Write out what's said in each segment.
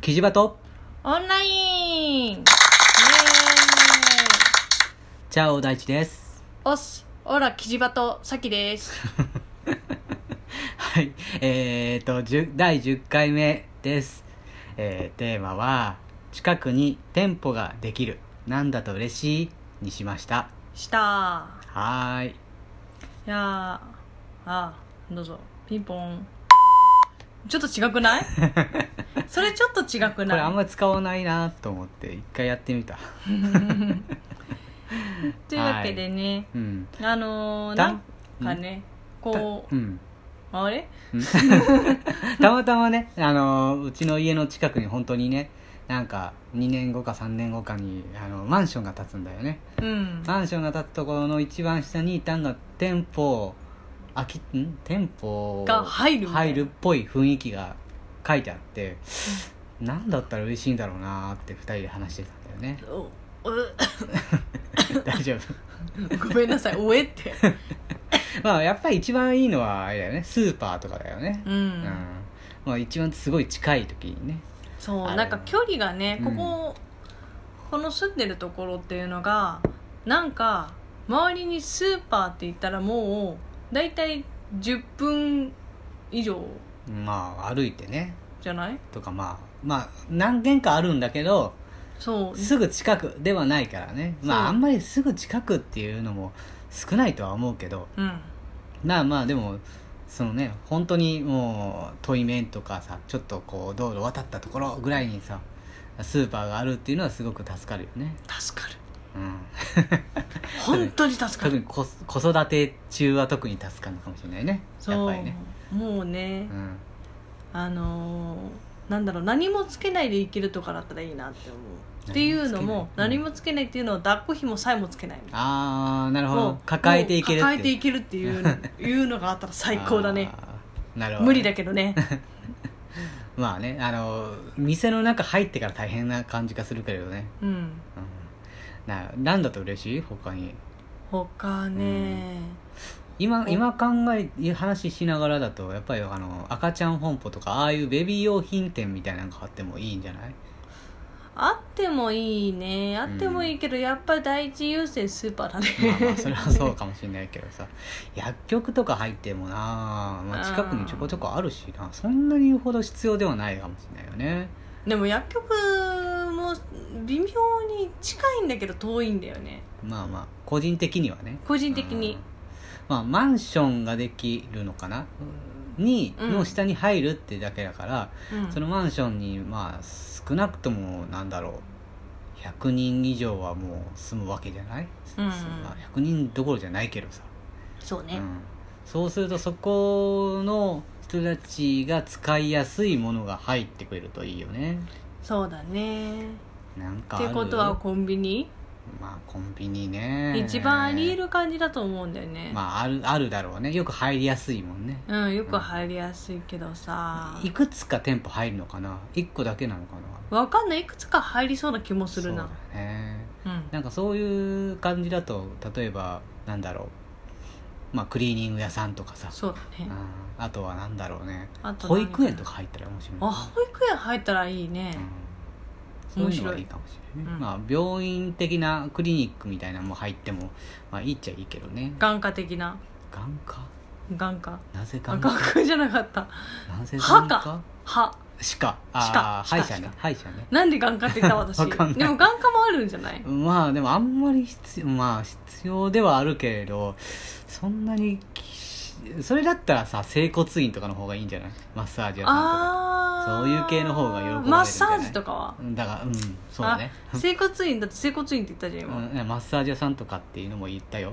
キジバトオンラインイエーイチャオ大地です。おっすオラキジバトサ キですはい。えーと、10第10回目です。えー、テーマは、近くに店舗ができる。なんだと嬉しいにしました。したはーい。ーいやーあーどうぞピンポンちょっと違くない それちょっと違くこないれあんまり使わないなと思って、一回やってみた。 というわけでね、うん。あのー、だなんんかねこう。うんあれたまたまね、 あのーうちの家の近くに本当にね、なんか2年後か3年後かにあのマンションが建つんだよね。うんマンションが建つところの一番下に単が店舗空きん店舗が入るみたいな入るっぽい雰囲気が書いてあって何だったら嬉しいんだろうなーって2人で話してたんだよね おう大丈夫 ごめんなさいおえってまあやっぱり一番いいのはあれだよねスーパーとかだよねうん、うまあ、一番すごい近い時にねそうあれなんか距離がねうこんこ、この住んでるところっていうのがなんか周りにスーパーって言ったらもう大体10分以上まあ歩いてねじゃないとかまあまあ何軒かあるんだけどそうすぐ近くではないからねまそうああんまりすぐ近くっていうのも少ないとは思うけどうんまあまあでもそのね本当にもう遠い面とかさちょっとこう道路渡ったところぐらいにさスーパーがあるっていうのはすごく助かるよね、助かるうん、本当に助か特るに子子育て中は特に助かるのかもしれないね やっそぱうりね、もうねう、ん、あのーなんだろう何もつけないでいけるとかだったらいいなって思うっていうのも何何ももつけないっていうのは抱っこ紐さえもつけないああなるほもうど抱えていけるもう抱えていけけるっていう いうのがあったら最高だねなるほど無理だけ どねまあねあの店の中入ってから大変な感じがするけれどね、うんうん、ななんだと嬉しい他に他ね、今お今考え話しながらだとやっぱりあの赤ちゃん本舗とかああいうベビー用品店みたいなのがあってもいいんじゃないあってもいいねあってもいいけど、やっぱり第一優先スーパーだね、まあまあそれはそうかもしれないけどさ薬局とか入ってもな、まあ、近くにちょこちょこあるしなそんなに言うほど必要ではないかもしれないよね でも薬局も微妙に近いんだけど遠いんだよねまあまあ個人的にはね個人的にうん、まあ、マンションができるのかなにうんの下に入るってだけだから、うんそのマンションにまあ少なくともなんだろう100人以上はもう住むわけじゃない、うんうんそな100人どころじゃないけどさ、そううね、んそうするとそこの人たちが使いやすいものが入ってくれるといいよねそうだねなんかっあるてことはコンビニ、まあコンビニね一番ありえる感じだと思うんだよね、まああるあるだろうねよく入りやすいもんねうんよく入りやすいけどさ、いくつか店舗入るのかな1個だけなのかなわかんないいくつか入りそうな気もするなそうだねうんなんかそういう感じだと例えばなんだろうまあクリーニング屋さんとかさそうだねうんあとはなんだろうねあと保何育園とか入ったら面白いあな保育園入ったらいいねうん面そうい白いうのがいいかもしれない、ねうんまあ病院的なクリニックみたいなのも入ってもまあいいっちゃいいけどね眼科的な眼科眼科なぜあ眼眼科科じゃなかったなぜ歯眼か科歯歯科ああ歯歯科医者ね歯医者ねなんで眼科って言った 私わかんないでも眼科もあるんじゃないまあでもあんまり必要まあ必要ではあるけれどそんなにきそれだったらさ整骨院とかの方がいいんじゃないマッサージ屋さんああそういう系の方が喜ばれるんじゃないマッサージとかはとかだからうんそうだねあ整骨院だって整骨院って言ったじゃん今、うんマッサージ屋さんとかっていうのも言ったよ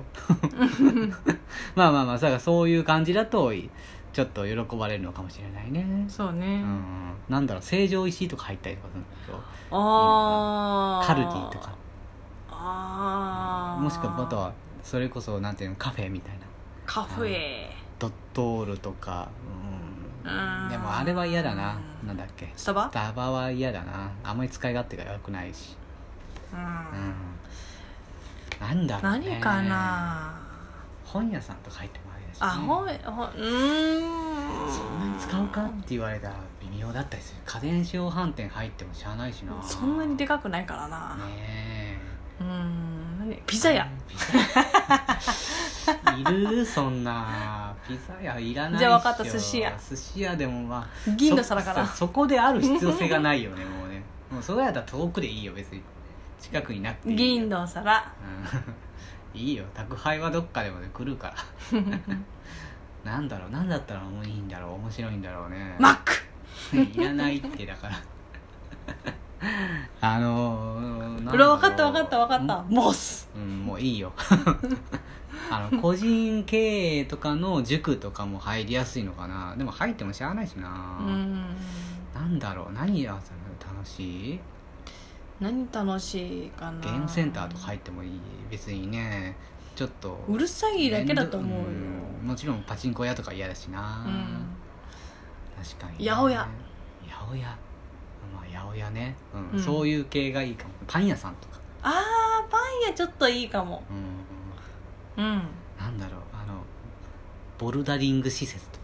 まあまあまあだからそういう感じだとちょっと喜ばれるのかもしれないねそううね、んなんだろう成城石井とか入ったりとかするんだけどああカルディとかああもしくはあとはそれこそなんていうのカフェみたいなカフェドットールとか、ううんん、でもあれは嫌だななんだっけスタバスタバは嫌だなあんまり使い勝手が良くないし、ううんん、なんだろう、何ね、かな、本屋さんとか入ってもあれだし、ね、あほんほんうーんそんなに使うかって言われたら微微妙だったりする家電量販店入ってもしゃあないしなそんなにでかくないからな、ねうん何えピザ屋ピザ屋 いるそんなピザ屋いらないっしょじゃあ分かった寿司屋寿司屋でもまあ銀の皿かそらそ そこである必要性がないよねもうねもうそれやったら遠くでいいよ別に近くになくていいよ銀の皿うん いいよ宅配はどっかでもね来るから なんだろうなんだったらもういいんだろう面白いんだろうね、マック いらないってだから あのー、なんだうろわう分かった分かった分かったモスうん、もういいよ あの個人経営とかの塾とかも入りやすいのかなでも入ってもしゃあないしな、うんなんだろう何が楽しい何楽しいかなゲームセンターとか入ってもいい別にねちょっとうるさいだけだと思うよんもちろんパチンコ屋とか嫌だしな、うん確かに、八百屋八百屋まあ八百屋ね、うんうんそういう系がいいかもパン屋さんとか、あーパン屋ちょっといいかもうん、うんなんだろうあのボルダリング施設と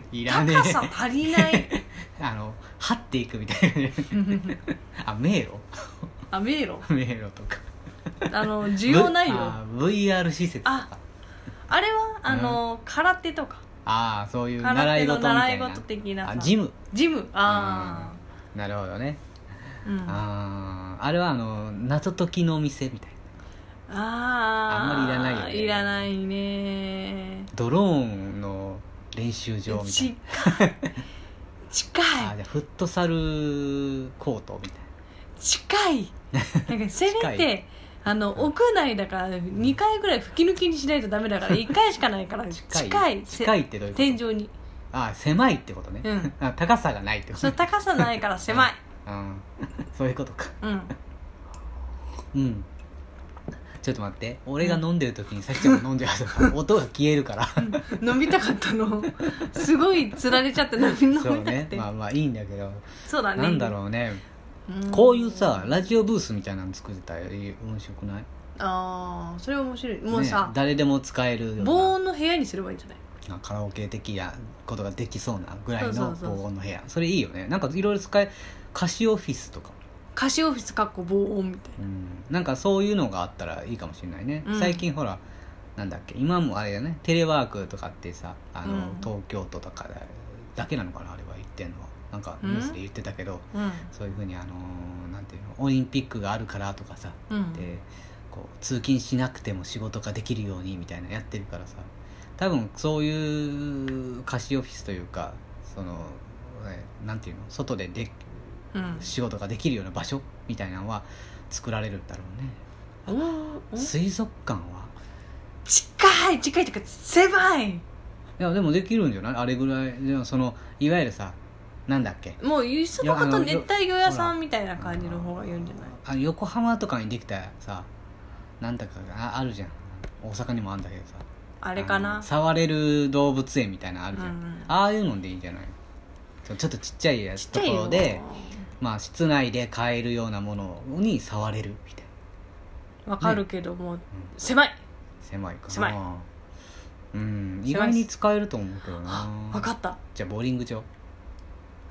か いらね高さ足りな いえあの張っていくみたいなねあ迷路あ迷路迷路とかあの需要ないよ V- あ VR 施設とかああれはあの、空手とかああそういう習空い手事のみた習いいな事的なさあジムジムあなるほどね、ーうんああーあれはあの謎解きのお店みたいなーあんまりいらないよねいらないねドローンの練習場みたい近いな 近あーいじゃあフットサルコートみたい近いなんかせめ 近てあの屋内だから2回ぐらい吹き抜きにしないとダメ だから1回しかないから近近いいせ近いってどういうこと天井になあー狭いってことね、うんあ 高さがないってことそねの高さないから 狭いうん、そういうことかうんうんちょっと待って俺が飲んでる時にさっきも飲んじゃ う音が消えるから飲みたかったのすごいつられちゃって飲み飲みたそくうねてまあまあいいんだけどそうだねなんだろうねうんこういうさラジオブースみたいなの作ってたら面白くないああそれ面白いもうねさ、誰でも使えるような防音の部屋にすればいいんじゃないまあカラオケ的なことができそうなぐらいそのうそう防そう音の部屋それいいよねなんかいろいろ使え貸しオフィスとか、貸しオフィスかっこ防音みたいうん、なんかそういうのがあったらいいかもしれないね、うん最近ほらなんだっけ今もあれだねテレワークとかってさあの、うん東京都とかだだけなのかなあれは言ってんのはなんかニュースで言ってたけど、なそういうふうにあのーなんていうのオリンピックがあるからとかさうんうんでこう通勤しなくても仕事ができるようにみたいなのやってるからさ多分そういう貸しオフィスというかそのえなんていうの外ででうん仕事ができるような場所みたいなのは作られるんだろうねおー水族館は近い近いっていうか狭いいやでもできるんじゃないあれぐらいでもそのいわゆるさなんだっけもういっそのこいやあとの熱帯魚屋さんみたいな感じの方がいいんじゃないあの横浜とかにできたさなんだかがああるじゃん大阪にもあるんだけどさあれかあなの触れる動物園みたいなのあるじゃん、うんうんああいうのでいいんじゃないちょちょっとちっちゃいやつちっちとゃいこよろでまあ室内で買えるようなものに触れるみたいなわかるけども、狭い狭いかな狭いうん狭い意外に使えると思うけどなわかったじゃあボーリング場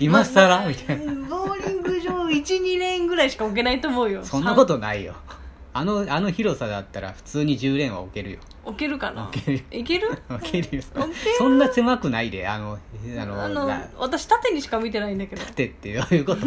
今更 まあみたいなボーリング場12年ぐらいしか置けないと思う よそんなことないよあのあの広さだったら普通に10連は置けるよさん置けるかな置けるいける置けるよ置けるそんな狭くないであのあのあのな私縦にしか見てないんだけど縦ってどういう こと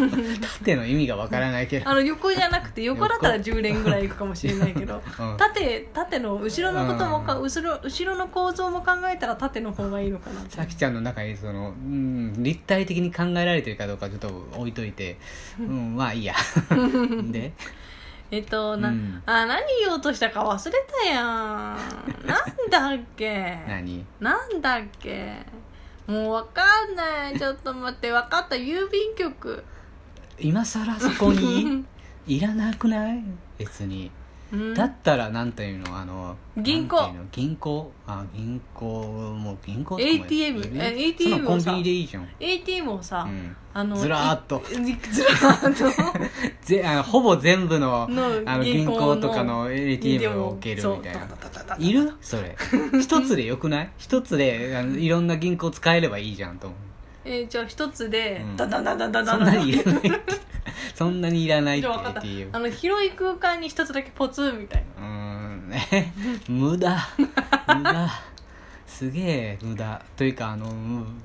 縦の意味がわからないけどあの横じゃなくて横だったら10連ぐらいいくかもしれないけど、 うん縦縦の後ろのこともか、うん後ろ後ろの構造も考えたら縦の方がいいのかなさきちゃんの中にその、うん、立体的に考えられてるかどうかちょっと置いといて、うん、まあ いいやでえっとな、うんあ何言おうとしたか忘れたやんなんだっ け何なんだっけもうわかんないちょっと待ってわかった郵便局今更そこ にいらなくない別にうんだったらなんていうのあの銀行なんていうの銀行あ銀行もう銀行とかも ATM いいねえ ATM そのコンビニでいいじゃん、 ATM をさ、うん、あのずらーっといずらーっとぜあのほぼ全部ののあの銀行とかの ATM を置けるそうみたいなタタタタタいるそれ一つでよくない一つであのいろんな銀行使えればいいじゃんと思うえー、じゃあ一つで、うんダダダダダそダんダなにいらないってそんなにいらないっじてゃあ分言かっって言えよたあの広い空間に一つだけポツンみたいうなーんね無駄無駄すげえ無駄というかあの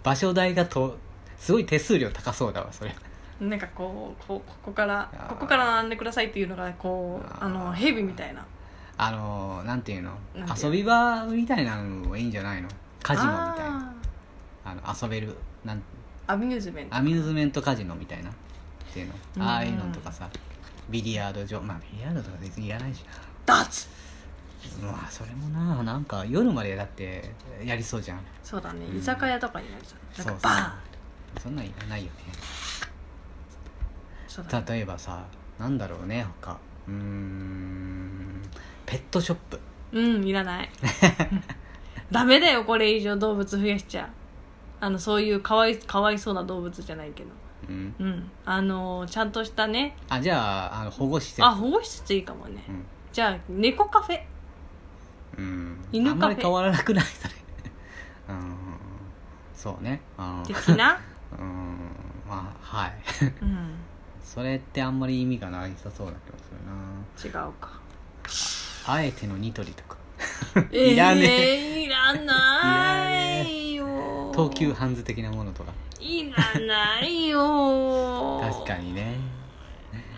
場所代がとすごい手数料高そうだわそれなんかこうこうここからあーここから並んでくださいっていうのがこうあーあの蛇みたいなあのなんていうのなんていうの遊び場みたいなのもいいんじゃないのカジノみたいなああの遊べるなんーアミューズメントアミューズメントカジノみたいなっていううんのああいうのとかさビリヤード場まあビリヤードとか別にいらないしダーツなまあそれもななんか夜までだってやりそうじゃんそうだねうん居酒屋とかになるじゃんなんかバーンそうそうそんなんいらないよねそうだね例えばさなんだろうね他うーんペットショップうんいらない ダメだよこれ以上動物増やしちゃあのそういうかわいかわいそうな動物じゃないけどうんうんあのちゃんとしたねあじゃああの保護施設あ保護施設いいかもねうん、じゃあ猫カフェうん、犬あんまりカフェ変わらなくないそれ うんそうねあ的な、ーうんまあはいうん、それってあんまり意味がなさそうだけどそれな違うかあえてのニトリとか えいらねえいらないよ東急ハンズ的なものとかいらないよ 確かにね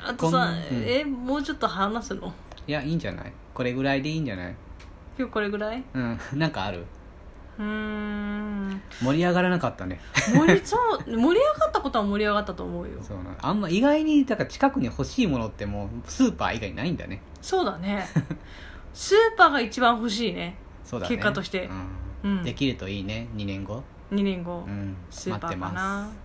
あとこんさ、うんえもうちょっと話すのいやいいんじゃないこれぐらいでいいんじゃない今日これぐらいうん なんかあるうーん盛り上がらなかったね盛りそう盛り上がったことは盛り上がったと思うよそうなあんま意外にだから近くに欲しいものってもうスーパー以外ないんだねそう だねスーパーが一番欲しいねそうだね結果としてうんうんできるといいね2年後、 2年後、うん、スーパー待かってなます